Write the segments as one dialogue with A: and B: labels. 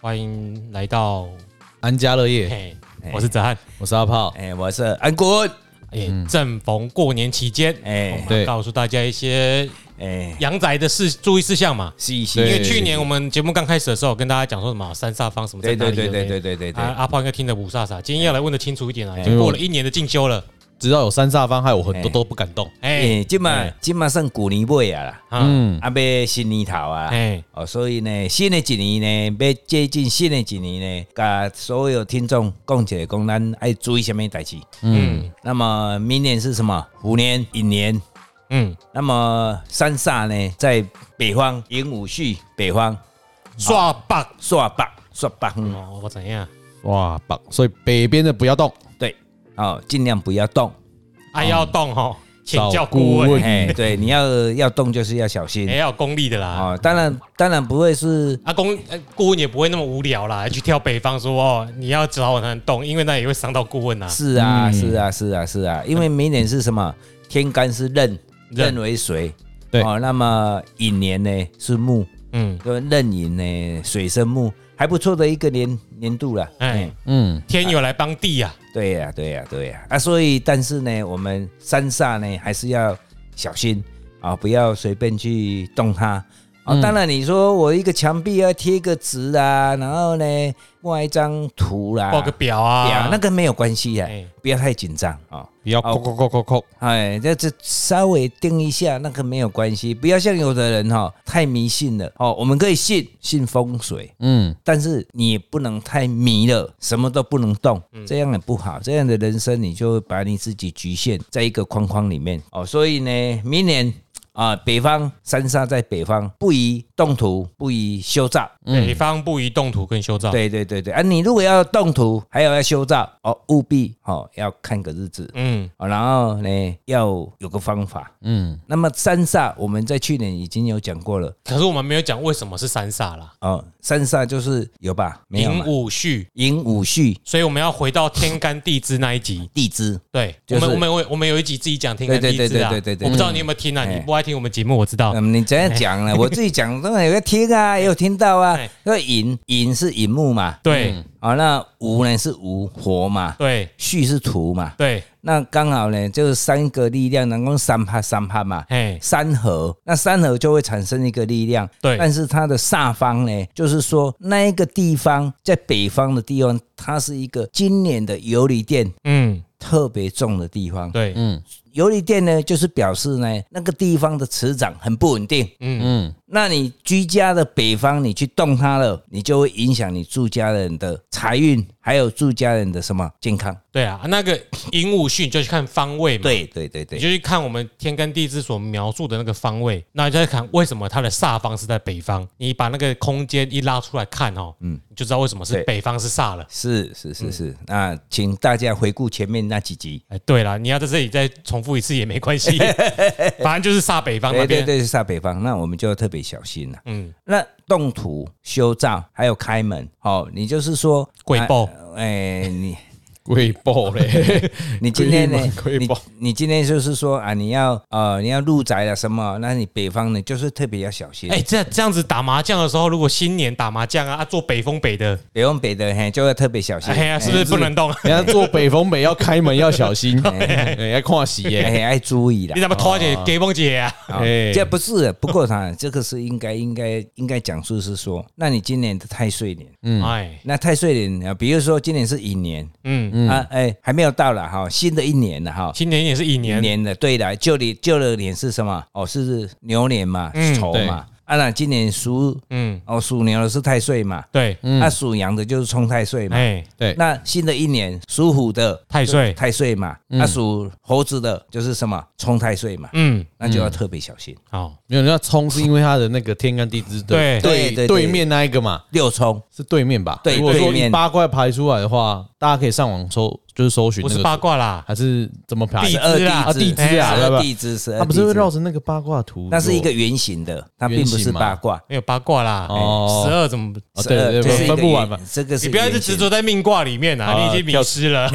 A: 欢迎来到，
B: 安家乐业，
A: 嘿，我是泽汉。
B: 我是阿炮，
C: 哎、我是安国，
A: 哎，正逢过年期间，
C: 嗯哎
A: 哎，我们
B: 对
A: 告诉大家一些
C: 哎、
A: 阳宅的事注意事项嘛。
C: 是
A: 因
C: 是，
A: 为
B: 对
A: 去年我们节目刚开始的时候，跟大家讲说什么三煞方什么在
C: 对
A: 哪
C: 对
A: 里，
C: 对
A: 不
C: 对对对对
A: 啊
C: 对，
A: 阿炮应该听得五煞煞，今天要来问的清楚一点啊，已
C: 哎
A: 经过了一年的进修了，
B: 只要有三煞方，害我很
C: 哎
B: 多都不敢动。
A: 哎
C: 哎，，今嘛
A: 哎
C: 今嘛算旧年尾啊啦，
A: 啊，
B: 嗯，
C: 啊，要新年头啊，
A: 哎，
C: 哦，所以呢，新的一年呢，要接近新的一年呢，甲所有听众讲一下，讲咱爱注意什么代志。
A: 嗯
C: 那么明年是什么？虎年、寅年。
A: 嗯，
C: 那么三煞呢，在北方，寅午戌，北方
A: 刷棒
C: 煞北，煞北方
A: 哦，我怎样？
B: 哇，棒！所以北边的不要动，
C: 对，哦，尽量不要动。
A: 哎，要动哦，
C: 嗯
A: 请
B: 找
A: 教顾
B: 顾
A: 问
B: 问，
C: 哎，对，你要要动就是要小心
A: 也。要有功力的啦。
C: 哦，当然，当然不会是
A: 阿公呃顾问也不会那么无聊啦，
C: 嗯
A: 去挑北方说哦，你要找我才能动，因为那也会伤到顾问呐。
C: 是啊，是啊，是啊，是啊，因为明年是什么？天干是壬，
A: 壬
C: 壬为水，
B: 对
C: 哦，那么寅年呢是木，
A: 嗯，
C: 就壬寅呢水生木，还不错的一个年年度了。
A: 哎
C: 哎，
B: 嗯，
A: 天有来帮地啊呀、
C: 对呀，对呀，对呀，啊，所以但是呢，我们三煞呢还是要小心啊，不要随便去动它。哦，当然，你说我一个墙壁要贴个纸啊，然后呢画一张图啦，
A: 报个表啊，
C: 表，那个没有关系呀、
A: 哎
C: 不要太紧张啊。哦
B: 不要
C: 哦
B: 扣扣扣扣扣，
C: 哎，这这稍微盯一下，那个没有关系，不要像有的人哈、太迷信了哦。我们可以信信风水，
B: 嗯，
C: 但是你也不能太迷了，什么都不能动，这样也不好。这样的人生你就会把你自己局限在一个框框里面哦。所以呢，明年啊、北方三煞在北方，不宜动土，不宜修造。
A: 北方不宜动土跟修造。，
C: 对对对对啊！你如果要动土，还有要修造哦，务必哦要看个日子
A: 嗯，
C: 哦，然后呢要有个方法。
B: 嗯，
C: 那么三煞，我们在去年已经有讲过了
A: 可是我们没有讲为什么是三煞啦，
C: 哦，三煞就是有吧？没有
A: 寅
C: 嘛？
A: 午戌，
C: 寅午戌
A: 所以我们要回到天干地支那一集。
C: 地支，
A: 对，
C: 就是
A: 我们我们我们有一集自己讲天干地支啊，
C: 对对对对对对对
A: 我不知道你有没有听啊，
C: 嗯
A: 你不爱听我们节目，我知道。
C: 嗯，你怎样 讲呢？我自己讲，当然有在听啊，也有听到啊
A: 哎。
C: 那寅寅是寅木嘛，
A: 对
C: 啊，那午呢是午火嘛，
A: 对
C: 戌是土嘛，
A: 对，
C: 那刚好呢就是三个力量，能够三拍三拍嘛。
A: 哎，
C: 三合，那三合就会产生一个力量，
A: 对
C: 但是它的煞方呢，就是说那一个地方在北方的地方，它是一个今年的游离电
A: 嗯，
C: 特别重的地方。
A: 对，嗯
C: 游离电呢，就是表示呢那个地方的磁场很不稳定。
A: 嗯
C: 那你居家的北方，你去动它了，你就会影响你住家人的财运，还有住家人的什么健康。
A: 对啊，那个寅午戌你就去看方位嘛。
C: 对对对
A: 你
C: 对
A: 就去看我们天干地支所描述的那个方位，那你就在看为什么它的煞方是在北方。你把那个空间一拉出来看哦，嗯，你就知道为什么是
C: 对
A: 北方是煞了。
C: 是是
A: 嗯
C: 是是，那请大家回顾前面那几集，
A: 哎，对了，你要在这里再重复一次也没关 系，反正就是煞北方那
C: 对对
A: 边。
C: 对，是煞北方，那我们就要特别小心了、
A: 嗯，
C: 那动土、修造还有开门，哦，你就是说
A: 鬼报
C: 啊哎、你
B: 贵爆嘞，？
C: 你今 天呢
B: 贵
C: 你
B: 爆，
C: 你今天就是说啊，你要呃，你要入宅了什么？那你北方呢，就是特别要小心。
A: 哎，这这样子打麻将的时候，如果新年打麻将啊，啊做北风北的，
C: 北方北的嘿，就要特别小心。
A: 哎呀，是不是不能动？
B: 人家做北风北要开门要小 心，哎，要看戏耶，
C: 哎，爱注意啦
A: 你。怎么拖
C: 哦
A: 姐给梦姐啊？
C: 啊
B: 哎
C: 这不是，不过他这个是应该应该应该讲述是说，那你今年的太岁年，
A: 哎，
C: 那太岁年啊，比如说今年是寅年
A: 嗯，
C: 啊，哎，还没有到了哈，新的一年了哈，
A: 新年也是一
C: 一
A: 年，
C: 年的，对的，旧的旧的年是什么？哦，是牛年嘛，
A: 嗯
C: 丑嘛。啊，那今年属
A: 嗯，
C: 哦属牛的是太岁嘛，
A: 对，
C: 那、属羊的就是冲太岁嘛。
A: 哎，
B: 对，
C: 那新的一年属虎的
A: 太岁
C: 太岁嘛，那、属猴子的就是什么冲太岁嘛，
A: 嗯，
C: 那就要特别小心。
A: 好，
B: 没有人家冲是因为他的那个天干地支
A: 对
B: 的
C: 对对对
B: 对面那一个嘛，
C: 六冲
B: 是对面吧？
C: 对
B: 如果说
C: 对面
B: 以八块排出来的话，大家可以上网搜就是搜寻
A: 不
B: 那
A: 是
B: 个
A: 八卦啦，
B: 还是怎么排
A: 地
C: 十
A: 址
B: 的？
C: 二
A: 啦
B: 啊地
C: 地支，
B: 支啊
C: 十
B: 对
C: 二
B: 吧
C: 地支，十二
B: 它不
C: 地
B: 是会
C: 支
B: 绕着那个八卦图？
C: 那是一个圆形的，它并
B: 圆
C: 不
B: 形
C: 是
B: 嘛
C: 八卦。
A: 没有八卦啦，
B: 哦
A: 十二怎么？
B: 哦
C: 十
B: 对
C: 二
B: 对
C: 就是一
B: 对，
C: 个
B: 分不完
C: 圆
B: 嘛。
C: 这个是
A: 你不要一直
C: 圆形
A: 执着在命卦里面啊，
B: 啊
A: 你已经迷失了。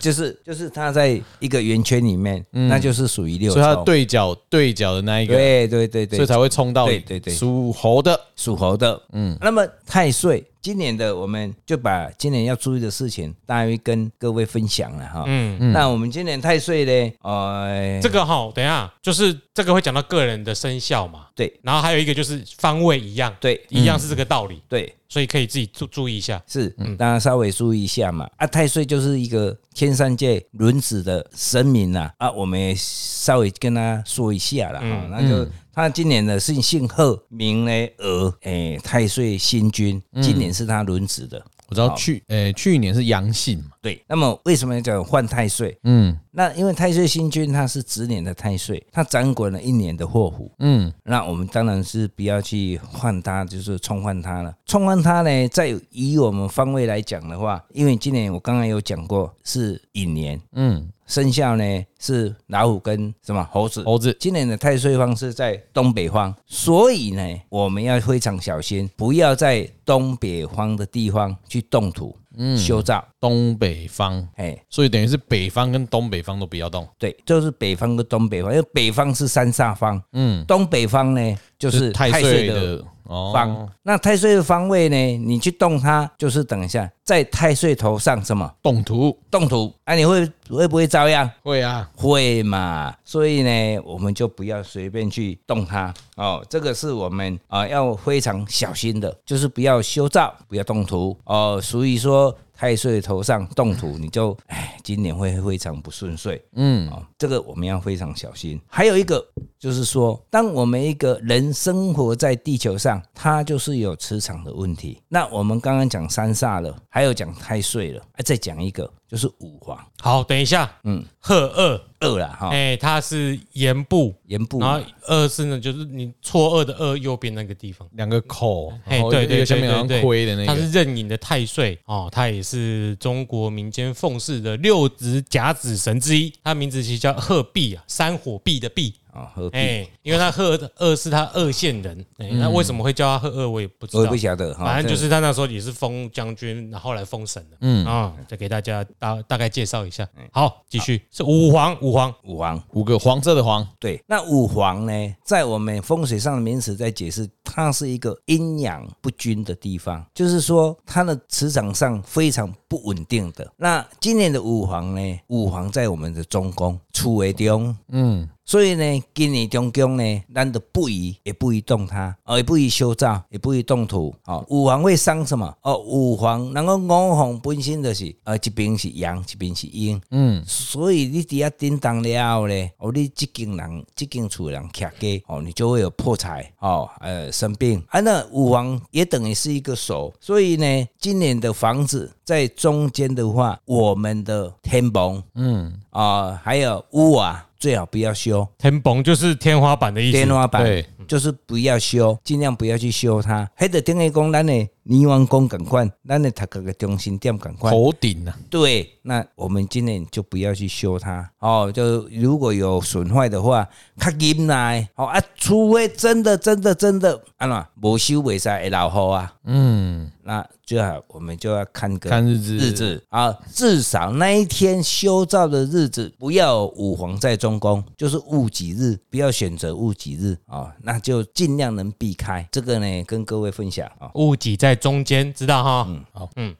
C: 就是就是它在一个圆圈里面，那就是属于六
B: 嗯所以它
C: 冲。
B: 对角对角的那一个，
C: 对对对对，
B: 所以才会冲到
C: 对对对
B: 属猴的
C: 属猴的，嗯，那么太岁今年的，我们就把今年要注意的事情，大约跟各位分享了哈。
A: 嗯，
C: 那我们今年太岁呢，呃，
A: 这个哈，等一下就是这个会讲到个人的生肖嘛，
C: 对
A: 然后还有一个就是方位一样，
C: 对
A: 一
B: 嗯
A: 样是这个道理，
C: 对
A: 所以可以自己注注意一下。
C: 是，大家稍微注意一下嘛。啊，太岁就是一个天上界轮子的神明呐、啊，我们也稍微跟他说一下了哈、那就。他今年的姓姓贺，名呢娥，哎、太岁星君，今年是他轮子的，
B: 我知道去，诶、去年是阳性嘛，
C: 对。那么为什么要讲换太岁？
B: 嗯
C: 那因为太岁星君他是子年的太岁，他掌管了一年的祸福，
B: 嗯，
C: 那我们当然是不要去换它，就是冲换它了。冲换它呢，在以我们方位来讲的话，因为今年我刚刚有讲过是寅年，
B: 嗯，
C: 生肖呢是老虎跟什么猴子。
B: 猴子，
C: 今年的太岁方是在东北方，所以呢，我们要非常小心，不要在东北方的地方去动土、修造。
B: 东北方，
C: 哎，
B: 所以等于是北方跟东北方都不要动，
C: 对，就是北方跟东北方，因为北方是三煞方，
B: 嗯，
C: 东北方呢就是
B: 太
C: 太
B: 岁
C: 岁的
B: 的哦
C: 方。那太岁的方位呢，你去动它，就是等一下在太岁头上什么
B: 动图
C: 动土，啊，你会会不会遭殃？
B: 会啊，
C: 会嘛，所以呢，我们就不要随便去动它哦。这个是我们啊、要非常小心的，就是不要修造，不要动土哦。所以说太岁头上动土，你就哎，今年会非常不顺遂。嗯，哦，这个我们要非常小心。还有一个就是说，当我们一个人生活在地球上，它就是有磁场的问题。那我们刚刚讲三煞了，还有讲太岁了，啊再讲一个就是五黄
A: 好，等一下，嗯，鹤二，
C: 二了哈。
A: 哎，它是言部，
C: 言部
A: 然后二是呢，就是你错愕的二右边那个地方。
B: 两个
C: 哦
B: 口，
A: 哎，
B: 然后
A: 对
B: 一
A: 对
B: 个下
A: 对
B: 面
A: 对
B: 好像
A: 对，
B: 亏的那
A: 它
B: 个，
A: 是壬寅的太岁哦，它也是中国民间奉祀的六子甲子神之一，它名字其实叫鹤壁啊，山火壁的壁，
C: 啊，何必？
A: 哎、因为他鹤二是他二线人，哎、那为什么会叫他鹤二，我也不知
C: 我也
A: 道
C: 不。晓得哈，
A: 反正就是他那时候也是封将军，然后后来封神的。嗯啊，再给大家大大概介绍一下。好，继续是五皇，五皇
C: 这五黄。
B: 五个黄色的黄，
C: 对，那五黄呢，在我们风水上的名词在解释，它是一个阴阳不均的地方，就是说它的磁场上非常不稳定的。那今年的五黄呢，五黄在我们的中宫处为中，
B: 嗯，
C: 所以呢，今年中宫呢，咱的不宜也不宜动它，哦，也不宜修造，也不宜动土。哦，五黄会伤什么？哦，五黄，然后五黄本身就是，呃，一边是阳，一边是阴，嗯，所以你底下叮当了后呢，哦，你这间人，这间厝的人徛家，哦，你就会有破财，哦，呃，生病啊。那五黄也等于是一个手，所以呢，今年的房子在中间的话，我们的天棚，嗯，啊、还有屋瓦。最好不要修，
A: 天崩就是天花板的意思。
C: 天花板
B: 对
C: 就是不要修，尽量不要去修它。还得等于讲咱的泥丸宫赶快，咱的塔克的中心点赶快。
B: 头顶啊，
C: 对，那我们今年就不要去修它哦。就如果有损坏的话，较严来哦啊，除非真的真的真的啊那无修袂使会落雨啊。
B: 嗯，
C: 那最好我们就要看个
B: 看日子
C: 日子啊，至少那一天修造的日子不要有五黄在中宫，就是戊己日，不要选择戊己日啊、那就尽量能避开这个呢，跟各位分享啊
A: 物己在中间，知道哈？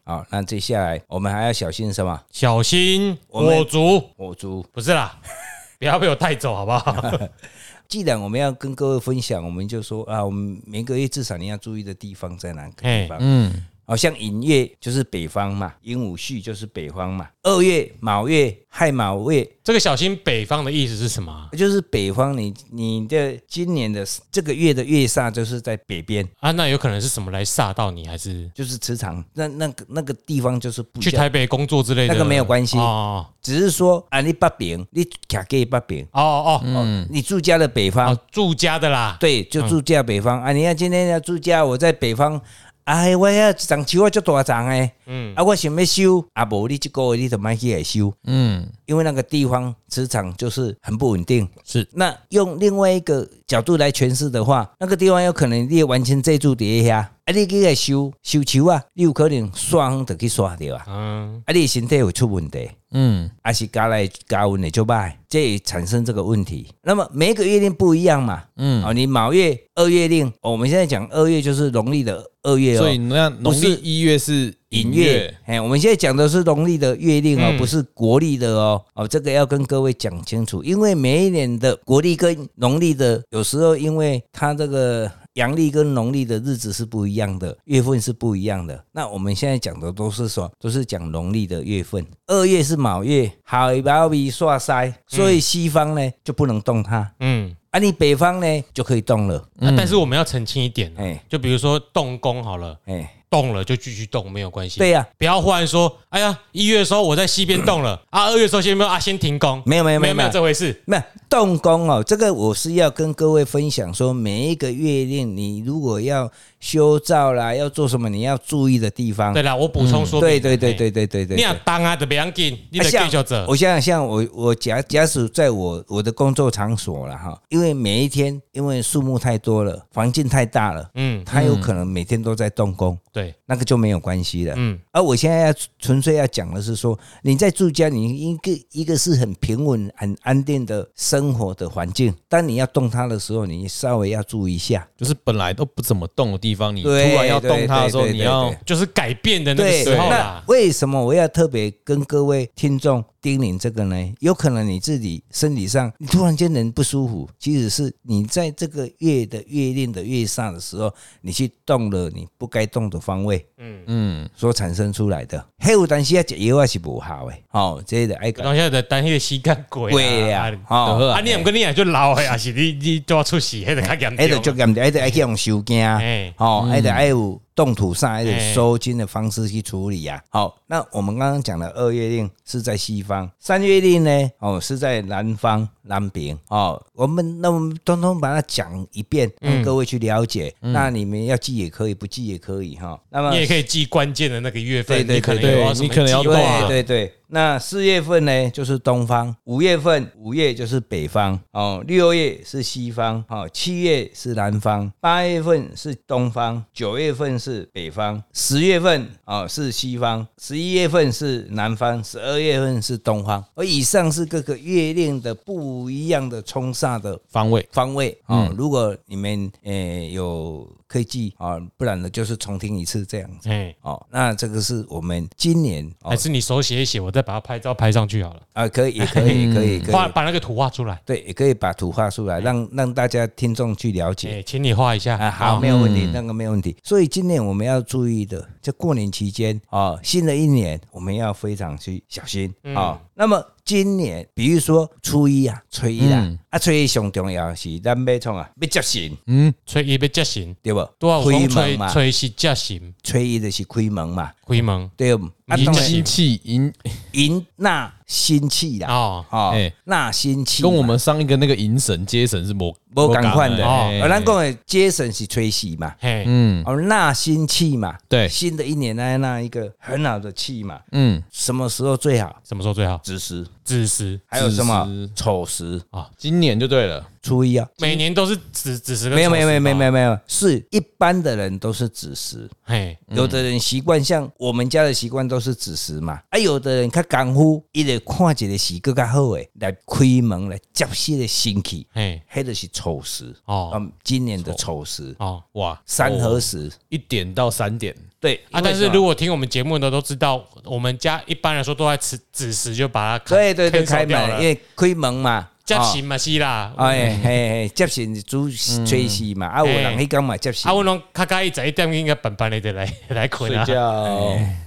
C: 啊、那接下来我们还要小心什么？
A: 小心
C: 我们
A: 火烛，
C: 火烛。
A: 不是啦， 不要被我带走好不好？
C: 既然我们要跟各位分享，我们就说啊，我们每个月至少你要注意的地方在哪个地方？
B: 嗯，
C: 好像寅月就是北方嘛，寅午戌就是北方嘛，二月卯月亥卯月
A: 这个小心北方的意思是什么啊
C: 就是北方你，你的今年的这个月的月煞就是在北边，
A: 啊？那有可能是什么来煞到你，还是
C: 就是磁场，那那个那个地方就是不一
A: 去
C: 样，
A: 台北工作之类的？
C: 那个没有关系
A: 哦哦
C: 只是说啊，你北边，你卡给北边，
A: 哦哦哦
C: 嗯，你住家的北方，
A: 哦，住家的啦，
B: 嗯
C: 对，就住家北方、啊。你看今天要住家，我在北方哎，我遐一丛树啊，足大丛诶，啊，我想要修，啊，无你即个月你就莫去来修，
B: 嗯，
C: 因为那个地方磁场就是很不稳定。
B: 是
C: 那用另外一个角度来诠释的话，那个地方有可能你完全借住伫遐，啊，你去来修修树啊，你有可能刷风就去刷掉啊，
A: 嗯，
C: 啊，你的身体会出问题。
B: 嗯，
C: 还是加来加温的就卖，这也产生这个问题。那么每一个月令不一样嘛，嗯，哦，你卯月、二月令，哦我们现在讲二月就是农历的二月哦，
B: 所以那农
C: 不
B: 历
C: 是
B: 一月是
C: 寅月，，哎，我们现在讲的是农历的月令哦，不是国历的哦，哦，这个要跟各位讲清楚，因为每一年的国历跟农历的，有时候因为它这个。阳历跟农历的日子是不一样的，月份是不一样的。那我们现在讲的都是说，都是讲农历的月份。二月是卯月，海包比刷塞，所以西方呢就不能动它，
A: 嗯，
C: 啊，你北方呢就可以动了。
A: 啊但是我们要澄清一点啊，
C: 嗯哎
A: 就比如说动工好了，
C: 哎，
A: 动了就继续动，没有关系。
C: 对呀、啊
A: 不要忽然说，哎呀，一月的时候我在西边动了啊，二月的时候先没有啊，先停工，
C: 没有没有
A: 没有
C: 没有
A: 没有这回事。
C: 那动工哦，这个我是要跟各位分享说，每一个月令你如果要修造啦，要做什么，你要注意的地方。
A: 对啦，我补充说明，
C: 嗯对对对
A: 嘿，
C: 对对对对。
A: 你
C: 对
A: 要当啊，就不要紧，你
C: 啊
A: 得
C: 像
A: 继续者，
C: 我想想，像我我假假使在我我的工作场所了哈，因为每一天因为树木太多了，环境太大了，
A: 嗯，
C: 它有可能每天都在动工，
A: 对，
C: 那个就没有关系了。
A: 嗯，
C: 而我现在要纯粹要讲的是说，你在住家，你一个一个是很平稳、很安定的生活的环境，当你要动它的时候，你稍微要注意一下。
B: 就是本来都不怎么动的地方，你突
C: 对
B: 然要动它的时候，
C: 对对
B: 你要
C: 对
A: 就是改变的那个
C: 对，
A: 时候
C: 那
A: 啦。
C: 为什么我要特别跟各位听众叮咛这个呢？有可能你自己身体上你突然间人不舒服，即使是你在这个月的月令的月上的时候，你去动了你不该动的方位，
B: 嗯，
C: 所产生出来的，还有但是要解药啊也是不好的，哦，这个爱
A: 然后现在的担心的膝盖鬼
C: 贵
A: 啊
C: 呀，
B: 就好
C: 哦，
A: 啊，你唔跟你也就老的，还是你你都要出事，还得较严
C: 哎，就
A: 重。
C: 就严重，哎，就爱去用收惊啊
A: 哎，
C: 哦，哎，就爱有动土上，哎，
A: 哎
C: 就收金的方式去处理呀。好，那我们刚刚讲的二月令是在西方，三月令呢，哦，是在南方南边哦。我们那我们通通把它讲一遍，
A: 嗯
C: 让各位去了解。那你们要记也可以，不记也可以哈。那么
A: 你也可以记关键的那个月份，
C: 对对
A: 你可能
B: 对
A: 有
B: 对
A: 什么
B: 你可能要
A: 计划啊
C: 对对对，那四月份呢就是东方，五月份五月就是北方哦，六月是西方哦，七月是南方，八月份是东方，九月份是北方，十月份哦是西方，十一月份是南方，十二月份是东方。而以上是各个月令的不一样的冲煞的
B: 方位，
C: 方位啊、哦如果你们诶、呃有可以记啊、哦不然呢就是重听一次这样子。
A: 哎，
C: 哦，那这个是我们今年哦
A: 还是你手写一写，我再把它拍照拍上去好了，
C: 啊，可以，也可以，也可以，也可
A: 画
C: 以，
A: 把那个图画出来，
C: 对，也可以把图画出来，让让大家听众去了解。
A: 哎，请你画一下
C: 啊，好，没有问题，那个没有问题。所以今年我们要注意的，在过年期间啊，新的一年我们要非常去小心啊。那么今年，比如说初一啊，初一啦，啊，初一上重要的是咱要创啊，要接神，
B: 嗯，
A: 吹一杯加行，
C: 对不？
A: 多少
C: 开
A: 啊风
C: 门
A: 吹
C: 嘛，
A: 吹是加行，
C: 初一就是开门嘛，
A: 回门
C: 对不？啊，
A: 迎
C: 当然
B: 心气银，
C: 迎纳新气啦，
A: 哦，
C: 啊
B: 哎，
C: 纳新气嘛，
B: 跟我们上一个那个银神接神是某
C: 无共款的。
A: 哦
B: 哎
C: 而咱讲的节省是吹息嘛，
A: 嘿，
B: 嗯
C: 哦，纳新气嘛，
B: 对
C: 新的一年来纳一个很好的气嘛，
B: 嗯，
C: 什么时候最好？
A: 什么时候最好？
C: 子时，
A: 子时，
C: 还有什么
B: 子
C: 丑时、
B: 今年就对了，
C: 初一啊？
A: 每年都是子子时跟
C: 没有没有没有没有没
A: 有，
C: 有没有，是一般的人都是子时，
A: 嘿，
C: 有的人习惯像我们家的习惯都是子时嘛，啊，有的人较功夫，伊得看一个时更较好诶，来开门来接些的新气，
A: 嘿，
C: 迄就是丑时
A: 哦
C: 嗯，今年的丑时，
A: 哦
B: 哇，
C: 三合时，
B: 一点到三点，
C: 对
A: 啊，
C: 因为
A: 但
C: 什
A: 是
C: 么
A: 如果听我们节目的都知道，我们家一般来说都在子子时就把它
C: 对对对，
A: cancel
C: 开门
A: 掉，了
C: 因为开门嘛，
A: 加
C: 哦
A: 行嘛是啦，
C: 哎嘿嘿，接线是主吹戏嘛，啊有人迄工嘛接
A: 嗯
C: 线
A: 啊，我拢较介意十一点应该本班的就来 来困
B: 睡
A: 啊。
B: 觉，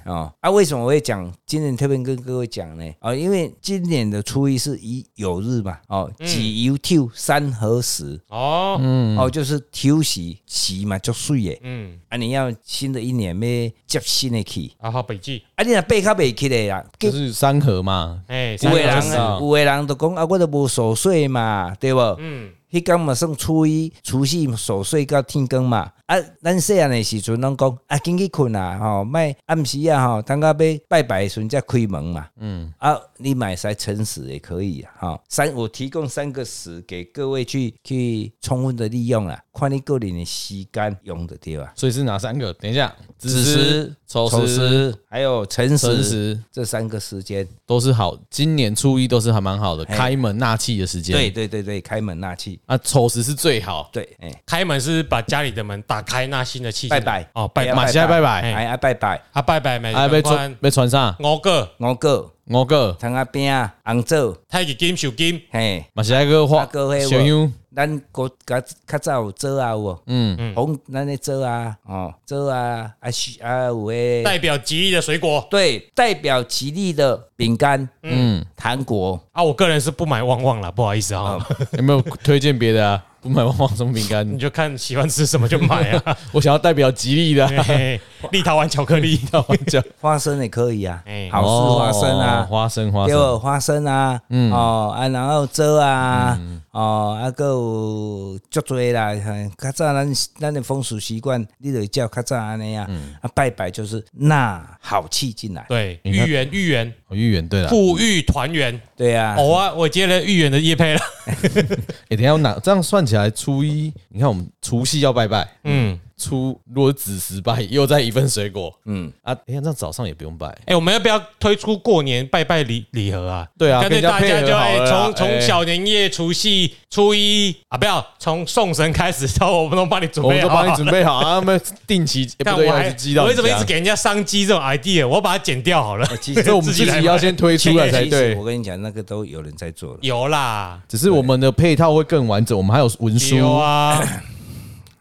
C: 哦，啊为什么我会讲今年特别跟各位讲呢？哦，因为今年的初一是以酉日嘛，哦，
A: 嗯
C: 己酉跳三合时，
A: 哦，
C: 哦就是休息息嘛，足水诶。
A: 嗯，
C: 啊，你要新的一年要接新的气，
A: 啊好笔记，
C: 啊你若背较袂起来啦，
B: 就
C: 结
B: 是三合嘛，
A: 哎，
C: 有
A: 三
C: 的
A: 个
C: 人
A: 小
B: 知
A: 时
B: 道
C: 啊有的人就讲啊，我都无守岁嘛，对无？
A: 嗯，
C: 迄天嘛算初一、除夕守岁到天光嘛，啊，咱细汉的时阵拢讲啊，紧去困啊，吼、莫暗时啊，吼，等到要拜拜的时阵才开门嘛。嗯，啊，你买使诚实也可以啊，吼、三，我提供三个词给各位去去充分的利用啊，看你个人的时间用的对吧？
B: 所以是哪三个？等一下，
C: 子时、
B: 丑时、
C: 还有诚
B: 辰
C: 实
B: 时
C: 这三个时间，
B: 都是好，今年初一都是还蛮好的，
C: 嘿
B: 开门纳气的时间。
C: 对，对对对，开门纳气，
B: 啊，丑时是最好，
C: 对，哎、
A: 开门是把家里的门打开，纳新的气进
C: 拜
A: 来
C: 拜
A: 哦，拜
C: 要
A: 拜
B: 马西亚拜拜，
A: 嘿
C: 哎啊拜拜，
A: 啊，拜拜没？
B: 啊，被穿被穿上，
A: 五个，
C: 五个
B: 五个
C: 糖阿饼啊，红枣，
A: 太极金手金，
C: 嘿。
B: 马西亚哥
C: 啊
B: 花
C: 各位
B: 小优，
C: 咱国较较早有做啊有无？嗯，红咱咧做啊，哦，做啊，啊是啊有诶，
A: 代表吉利的水果
C: 对，代表吉利的饼干，嗯，糖果，
A: 啊。我个人是不买旺旺了，不好意思啊，
C: 哦
B: 有没有推荐别的啊？不买旺旺松饼干
A: 你，就看喜欢吃什么就买啊。
B: 我想要代表吉利的啊
A: 嘿 嘿立陶宛巧克力，
B: 开玩笑，
C: 花生也可以啊
A: 哎，
C: 好事花生
B: 哦
C: 啊，
B: 花生花
C: 对
B: 生，
C: 无花生啊，哦啊，然后做啊，哦啊，个有足多啦，嘿较早咱咱的风俗习惯，你就照较早安尼啊，啊拜拜就是纳好气进来，
A: 对，芋圆芋圆，
B: 哦芋圆对了，
A: 富裕团圆。
C: 对啊，
A: 哦啊，我接了芋圆的叶配了。
B: 哎，等一下我哪这样算起来，初一你看我们除夕要拜拜，
A: 嗯，
B: 初如果子时拜又再一份水果，
C: 嗯
B: 嗯啊，哎呀，这样早上也不用拜，
A: 哎、我们要不要推出过年拜拜礼礼盒啊？
B: 对啊
A: 干脆
B: 跟人家
A: 大家
B: 配合
A: 就
B: 好
A: 哎
B: 了啦
A: 从从
B: 哎
A: 小年夜、除夕、初一啊，不要从送神开始，然后我们都帮你准
B: 哦我
A: 备
B: 们
A: 好
B: 都
A: 好
B: 帮你准备好啊，他们定期哎
A: 但
B: 不对，
A: 我
B: 要
A: 还
B: 去寄到
A: 我
B: 你
A: 为什么一
B: 家
A: 直给人家商机这种 idea？我把它剪掉好了。
C: 其实
B: 哎 这我们自己要先推出 来才
C: 其实
B: 对
C: 我。跟你讲，那个都有人在做了。
A: 有啦，
B: 只是我们的配套会更完整，我们还有文书，
A: 有啊，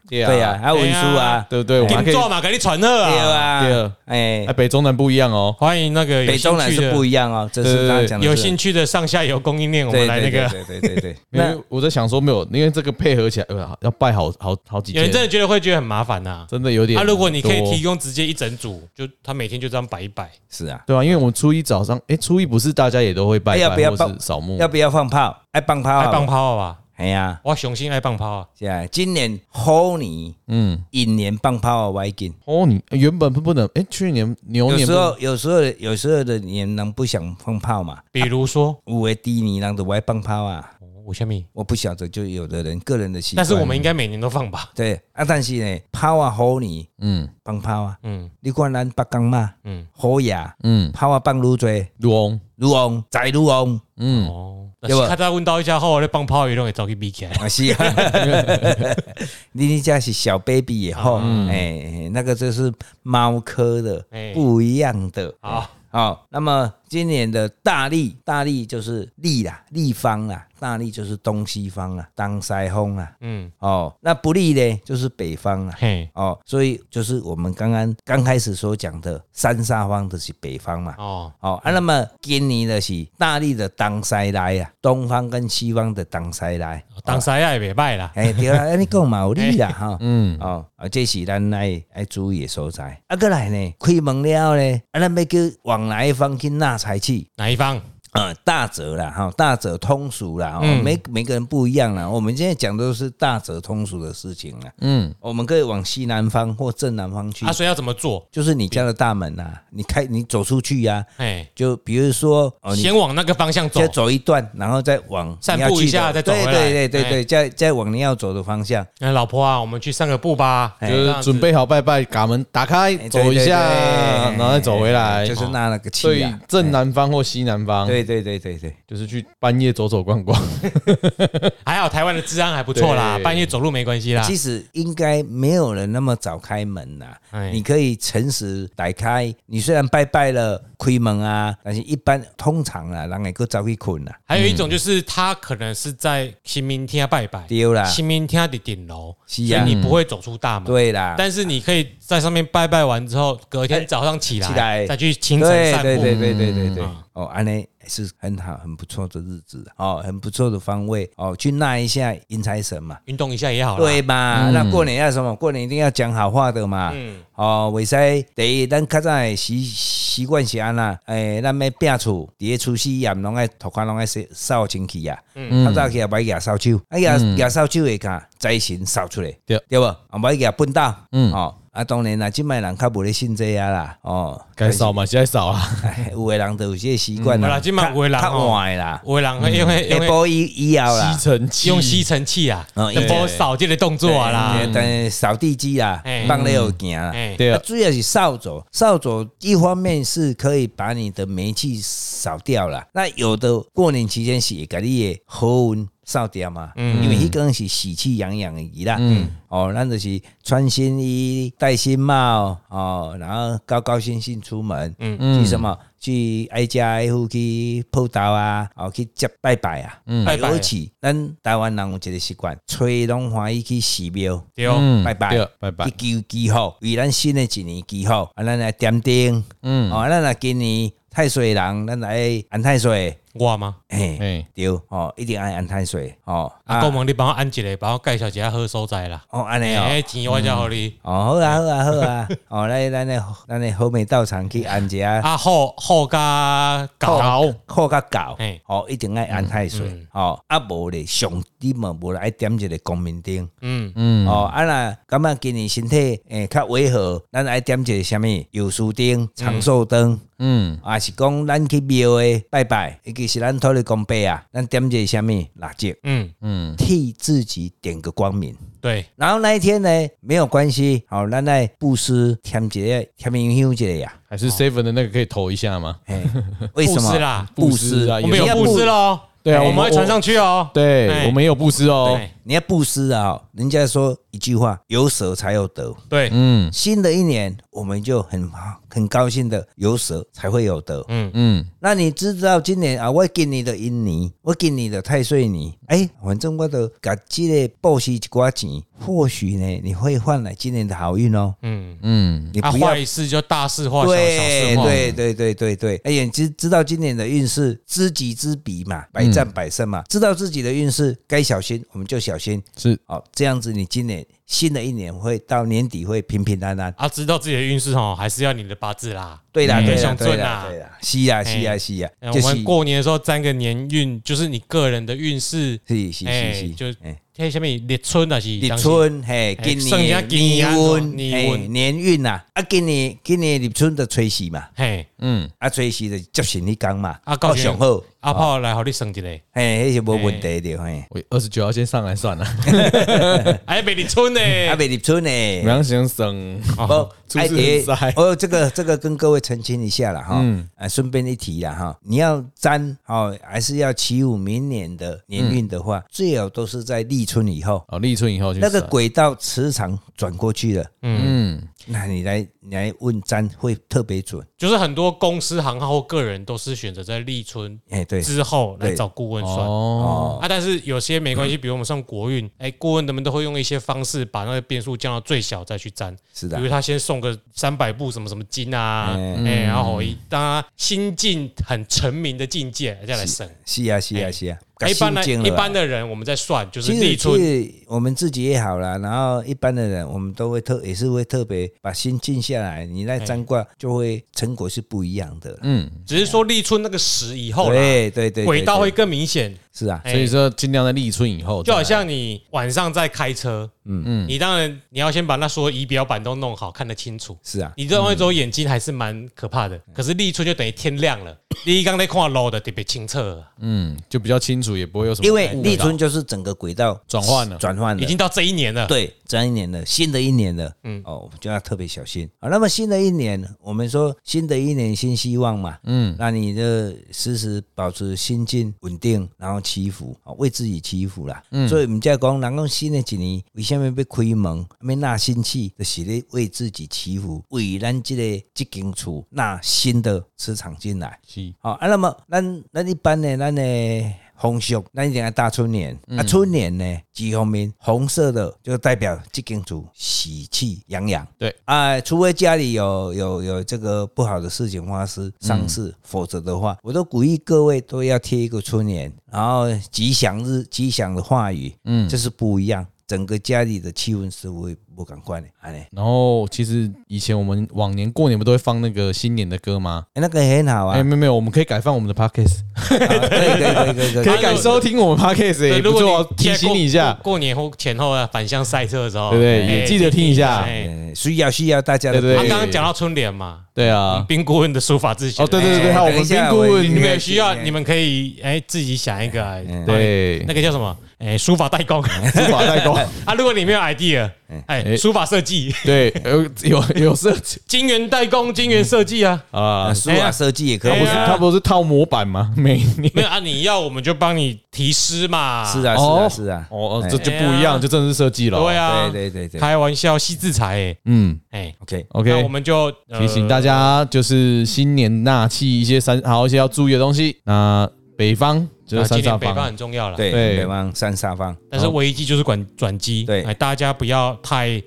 B: 对
C: 对啊，，还有文书啊，
B: 哎对不 对？我们还可
A: 听
B: 以
A: 做嘛，给你传贺
C: 对
A: 啊。
B: 对
C: 啊
B: 啊，
C: 哎
B: 哎，，北中南不一样哦。
A: 欢迎那个有
C: 北中南
A: 兴趣
C: 是
A: 的
C: 不一样哦，这是
B: 对对
C: 他
B: 对
C: 讲的是
A: 有兴趣的上下游供应链，我
C: 对
A: 们来
C: 对
A: 那个。
C: 对对对对对，
B: 因
C: 那
B: 为我在想说没有，因为这个配合起来，呃要拜好好好几
A: 有人
B: 天，
A: 真的觉得会觉得很麻烦呐。
B: 真的有点
A: 啊，
B: 多。
A: 如果你可以提供直接一整组，就他每天就这样摆一摆。
C: 是啊，
B: 对啊，因为我们初一早上，哎，初一不是大家也都会拜
C: 哎要
B: 拜
C: 不要
B: 或
C: 报
B: 是扫墓
C: 要，不要放炮？爱放炮
A: 爱
C: 啊，
A: 棒炮啊吧，
C: 哎呀，
A: 我雄心爱棒炮啊，
C: 是啊，今年猴年
B: 嗯，
C: 引年放炮啊，歪劲。
B: 哦，你原本不能，哎，去年
A: 哦
B: 牛
C: 有
B: 年
C: 时
B: 不
C: 候有时候有时候的年人不想放炮嘛，
A: 比如说
C: 五为低年人的歪放炮啊，
A: 哦我下面，
C: 我不晓得，就有的人个人的习
A: 但
C: 惯。
A: 是我们应该每年都放吧？
C: 对啊，但是呢，炮啊猴年
B: 嗯
C: 放炮啊，
A: 嗯
C: 你看咱北港嘛，
A: 嗯，
C: 虎牙
B: 嗯，
C: 炮啊放愈多，
B: 卢翁，
C: 愈旺再愈旺，
B: 嗯，
A: 哦，
C: 对吧
A: 那他再问到一下后，那棒炮鱼都会早去比起 来。
C: 啊是 啊，你你家是小 baby 也好，哎、那个就是猫科的，
A: 嗯哎
C: 不一样的。
A: 好，
C: 好，那么今年的大历，大历就是历啦，立方啦，大历就是东西方啦，当塞风啦。
A: 嗯，
C: 哦，那不利呢，就是北方啦。
A: 嘿，
C: 哦，所以就是我们刚刚刚开始所讲的三煞方的是北方嘛，
A: 哦，
C: 哦，啊，那么今年的是大力的东西来啊，东方跟西方的东西来，
A: 哦当时也袂歹啦。
C: 哎、对啦，啊你讲嘛有理
A: 哎
C: 啦哈，
B: 嗯，
C: 哦，啊，这是咱爱爱注意的所在。啊，过来呢，开门了后呢，啊，咱要去往哪一方去纳财气？
A: 哪一方？
C: 啊、大则啦，哈、大则通俗啦，哦，
A: 嗯
C: 每每个人不一样啦。我们现在讲的都是大则通俗的事情啦。
B: 嗯，
C: 我们可以往西南方或正南方去，
A: 啊，所以要怎么做？
C: 就是你家的大门呐、啊你开你走出去呀、
A: 哎，
C: 就比如说哦，你
A: 先往那个方向走
C: 再。走一段，然后再往
A: 散
C: 你要
A: 步一
C: 去的
A: 下再走
C: 对
A: 回来
C: 对对对
A: 哎
C: 对，再再往你要走的方向。
A: 哎，老婆啊，我们去散个步吧。
C: 哎
B: 就是准备好拜拜，把门打开，
C: 哎对
B: 走一下，
C: 对对
B: 然后再走回来，哦
C: 就是那那个
B: 所
C: 气
B: 以
C: 啊。
B: 正南方或西南方，
C: 对对对对对，
B: 就是去半夜走走逛逛。
A: 还好台湾的治安还不错啦，
B: 对
A: 半夜走路没关
B: 啊
A: 系啦
C: 其。实应该没有人那么早开门呐
A: 哎。
C: 你可以诚实打开。你虽然拜拜了开门啊，但是一般通常啊，人会够早去困啊啦，
A: 还有一种就是他可能是在新明天拜拜，
C: 丢啦，
A: 新明天的顶楼，
C: 啊是
A: 所
C: 啊
A: 以你不会走出大门。
C: 对啊啦，
A: 但是你可以在上面拜拜完之后，隔天早上起
C: 哎起来
A: 来再去清晨
C: 对
A: 散
C: 对对
A: 步。
C: 对对对对对
A: 嗯
C: 哦，安内是很好，很不错的日子哦，很不错的方位哦，去纳一下迎财神嘛。
A: 运动一下也好啦。嗯
C: 对嘛？那过年要什么？过年一定要讲好话的嘛。哦，为使第一，咱较早的习习惯是安那，诶，咱要摒厝，伫咧除夕夜拢爱头壳拢爱扫扫清气啊。
A: 嗯
C: 较早起也歹举扫帚，啊举举扫帚会甲财神扫出来，
B: 嗯对
C: 对无？啊，歹举粪斗，嗯，哦。啊，当然啦，即摆人较无咧信这啊啦，哦，
B: 该扫嘛，现在扫啊，
C: 哎 有诶人都有些习惯
A: 嗯
C: 啦，
A: 啦这摆有的人
C: 较
A: 哦
C: 较晚的啦，
A: 有的人会因为
C: 下
A: 因为
C: 晡以以后啦
B: 吸，尘器
A: 用吸尘器啊，
C: 嗯
A: 那波扫地的动作啊啦
C: 对，但是扫地机啦
A: 嘿，
C: 放咧有行啦。
A: 哎，
B: 对啊，
C: 啊主要是扫帚，扫帚一方面是可以把你的霉气扫掉了，那有的过年期间是会把你的好运扫掉嘛，因为迄个是喜气洋洋的伊啦，嗯，哦，咱就是穿新衣、戴新帽，哦，然后高高兴兴出门，嗯，去什么？去挨家挨户去报道啊，哦，去接拜拜啊，
A: 拜拜
C: 尤其咱台湾人有一个习惯，吹拢欢喜去寺庙，
A: 对哦，
C: 拜拜
B: 嗯对啊拜拜，
C: 去求祈福，为咱新的一年祈福，啊，咱来点灯，嗯，哦，咱来今年太岁人，咱来安太岁，
A: 我吗？
C: 嘿，
B: 哎，
C: 对，哦，一定爱安太岁，哦，
A: 啊，公门你帮我安一个，帮我介绍一下好所在啦。
C: 哦，安尼哦。
A: 哎，钱我交给你。
C: 哦，好啊，好啊，好啊！ 哦，来，咱的咱的好美道场去安一下
A: 啊，后后加搞，
B: 好，
C: 靠较高
A: 嘿，嗯
C: 哦，一定爱安太岁，哦，啊无咧，上帝嘛无来点一个光明灯，
A: 嗯，
B: 嗯，
C: 哦，啊那感觉今年身体诶较违和，咱爱点一个什物油酥灯、长寿灯，
B: 嗯，
C: 啊是讲咱去庙诶拜拜，尤其是咱土地公伯啊，咱点一个什物蜡烛，
A: 嗯，
C: 替自己点个光明。
A: 对，
C: 然后那一天呢，没有关系，好，咱来布施添一个添香香一个呀、
B: 还是 seven 的那个可以投一下吗？
C: 嘿，为什么
A: 布施啦
C: 布
B: 布施
C: 施
B: 啊
A: 我们有
C: 你要
A: 布施喽。
B: 对啊
A: 我
B: 我
A: 们
B: 们
A: 会传上去哦。哎
B: 对，我们也有布施哦，
A: 对
C: 你要布施啊！人家说一句话，有舍才有得。
A: 对，
B: 嗯
C: 新的一年，我们就很很高兴的有舍才会有得。
B: 嗯，
C: 那你知道今年啊，我给你的银泥，我给你的太岁泥，哎、反正我都给这个布施一寡钱，或许呢，你会换来今年的好运哦。
A: 嗯，
C: 你
A: 啊，
C: 不要。
A: 坏事就大事化小，小
C: 对
A: 事化无。
C: 对对对对对，哎呀，你知知道今年的运势，知己知彼嘛，百战百胜嘛。知道自己的运势，该小心我们就小心。
B: 是
C: 哦，这样子你今年新的一年会到年底会平平安安。
A: 啊，知道自己的运势哦，还是要你的八字啦。
C: 对啦，
A: 嗯
C: 对
A: 很
C: 啦，
A: 想
C: 对
A: 准啊
C: 啦，对啦，是呀，是呀，是呀
A: 哎，
C: 就
A: 我
C: 是
A: 们过年的时候占个年运，就是你个人的运势。
C: 是是
A: 哎
C: 是是，
A: 就
C: 哎
A: 嘿，下面立春还是
C: 立？春，嘿，
A: 哎
C: 今
A: 算一下
C: 年
A: 今年啊
C: 运，
A: 年
C: 嘿
A: 运
C: 年运呐，啊，今年今年立春的催时嘛，
A: 嘿，
B: 嗯
C: 啊，催时的接神你讲嘛，哦
A: 啊到时
C: 上好，
A: 阿炮来，好你算一 个。
C: 嘿，迄是无问题的，嘿，
B: 我二十九号先上来算了，
A: 哎，没立春呢。
C: 啊，未立春呢，
B: 我要先生，
C: 不，
B: 出
C: 艾
B: 事
C: 蝶
B: 哦很塞嗯
C: 哦，这个这个跟各位澄清一下了哈，啊，顺便一提了哈，你要占哦，还是要起舞明年的年
B: 嗯
C: 运的话，最好都是在立春以后，
B: 哦，立春以后去
C: 那个
B: 算
C: 轨道磁场转过去了，
B: 嗯
C: 那你来你来问占会特别准，
A: 就是很多公司、行号或个人都是选择在立春
C: 哎，对，
A: 之后来
C: 对
A: 找顾问算。
B: 哦，
A: 啊，但是有些没关系，比如我们上国运，哎，顾问他们都会用一些方式把那个变数降到最小，再去占。
C: 是
A: 比
C: 的啊
A: 如，他先送个三百步什么什么金啊，
C: 嗯
A: 哎，然后一当他心境很成名的境界再来算。
C: 是啊，是啊，是啊，
A: 一般
C: 搞
A: 的
C: 心经了
A: 一般
C: 啦。
A: 的人，我们在算就是
C: 其实，
A: 立
C: 其
A: 春，
C: 实我们自己也好啦，然后一般的人，我们都会特也是会特别把心静下来，你来占卦就会成果是不一样的啦。
B: 嗯，
A: 只是说立春那个时以后啦，
C: 对对对，
A: 轨道
C: 对
A: 会更明显。
C: 是啊，
A: 哎
B: 所以说尽量在立春以后再
A: 就
B: 来，
A: 好像你晚上在开车，嗯嗯，你当然你要先把那所有仪表板都弄好，看得清楚。
C: 是啊，
A: 你这望一走眼睛还是蛮可怕的，
C: 嗯
A: 可是立春就等于天亮了，你刚在看路的特别清澈，
B: 嗯，就比较清楚，也不会有什么
C: 因为
B: 误导
C: 立春就是整哎个轨道
B: 转换了
C: 转换
A: 已经
C: 了。
A: 到这一年了。
C: 对，这样一年了，新的一年了，嗯，哦，我们就要特别小心啊。那么新的一年，我们说新的一年新希望嘛，嗯，那你的时时保持心境稳定，然后祈福啊，为自己祈福啦。嗯，所以我们在讲，人讲新的一年为什么要开门，要纳新气，就是咧为自己祈福，为咱这个这间厝纳新的磁场进来。
B: 是
C: 好、啊，那么咱咱一般呢，咱呢风俗，咱一定要大春联、啊。
B: 嗯
C: 春联呢，几方面，红色的就代表这间主喜气洋洋。
B: 对
C: 啊，除非家里有有有这个不好的事情发生、丧事，
B: 嗯
C: 否则的话，我都鼓励各位都要贴一个春联，然后吉祥日、吉祥的话语，嗯，这是不一样，整个家里的气氛是会不赶快的。哎、
B: 然后其实以前我们往年过年不都会放那个新年的歌吗？
C: 那个很好啊，
B: 哎，没有没有，我们可以改放我们的 podcast，
C: 啊可以可以可以可以可 以，
B: 可以改收听我们 podcast，
A: 对
B: 也
A: 如
B: 不
A: 果
B: 错哦，
A: 你
B: 提醒你一下
A: 过，过年后前后啊，返乡赛车的时候，
B: 对不对也记得听一下
A: 哎
C: 呃需要需要大家的
B: 对
A: 他
B: 对
A: 刚刚讲到春联嘛，
B: 对啊，
A: 冰顾问的书法字写
B: 哦对对对对，还有我
C: 等
B: 们
C: 一下
B: 评估
C: 我
A: 你们有
B: 问，
A: 需要，你们可以哎自己想一个，哎
B: 对
A: 那，个叫什么？哎，书法代工啊！
B: 书法代工，
A: 如果你没有 idea，哎，书法设计，
B: 对，有有有设计
A: 金元代工，金元设计啊，
B: 啊
C: 啊，，书法设计也可
A: 哎
B: 不
C: 以
B: 是
A: 呀
C: 啊，
B: 他不是套模板吗？每年
A: 没有啊？你要我们就帮你题诗嘛，
C: 是，啊是
B: 哦
C: 啊是啊，
B: 哦，哦
C: 哎
B: 这就不一
A: 哎呀
B: 样，就真的是设计了，
A: 对，啊
C: 对，对对对
A: 开玩笑，西制裁，
B: 嗯
A: 哎
C: ，OK，
A: 哎，那
B: ，OK，
A: 我们就呃
B: 提醒大家，就是新年纳气一些三，还有一些要注意的东西。那北方就
A: 啊
B: 是
A: 今年
B: 三上
A: 北方
B: 方，
A: 很重要了，
C: 对，
B: 对
C: 北方山下方，
A: 但是危机就是管转机，
C: 对嗯
A: 哎，大家不要太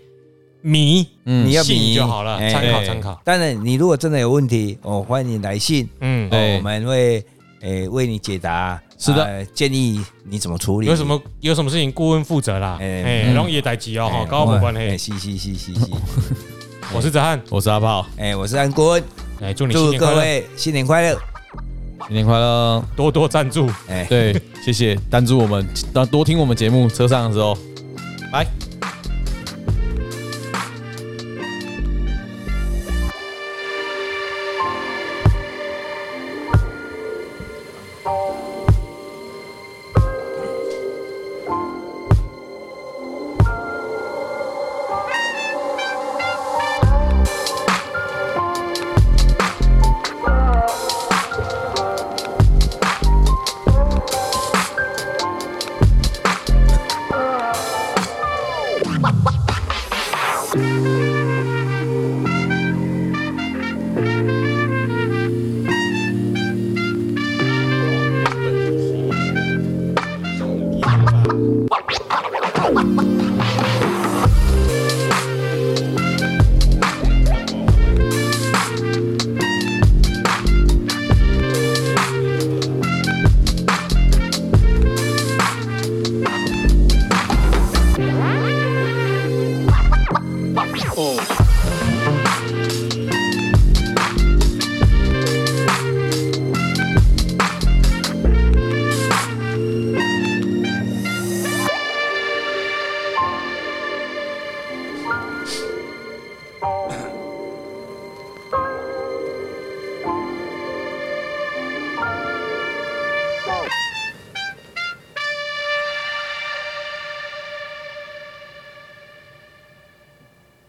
A: 迷，
C: 你要
A: 信
C: 比
A: 就好了，
C: 哎
A: 参考
B: 对
A: 参考，
C: 当然，你如果真的有问题，哦，欢迎来信，
A: 嗯，
B: 对
C: 哦我们会诶、为你解答。
B: 是的
C: 呃建议你怎么处理。
A: 有什么有什么事情顾问负责啦，
C: 哎
A: 哎，容易代志哦，哈，跟我无关
C: 诶
A: 系，
C: 是是是是是。
A: 我是哲汉，
B: 我是阿炮，
C: 诶、我是安国恩，
A: 哎，祝你新
C: 祝
A: 年快
C: 各
A: 乐，
C: 位新年快乐。
B: 新年快乐！
A: 多多赞助。
C: 诶、
B: 对，谢谢，单祝我们，多听我们节目，车上的时候，拜。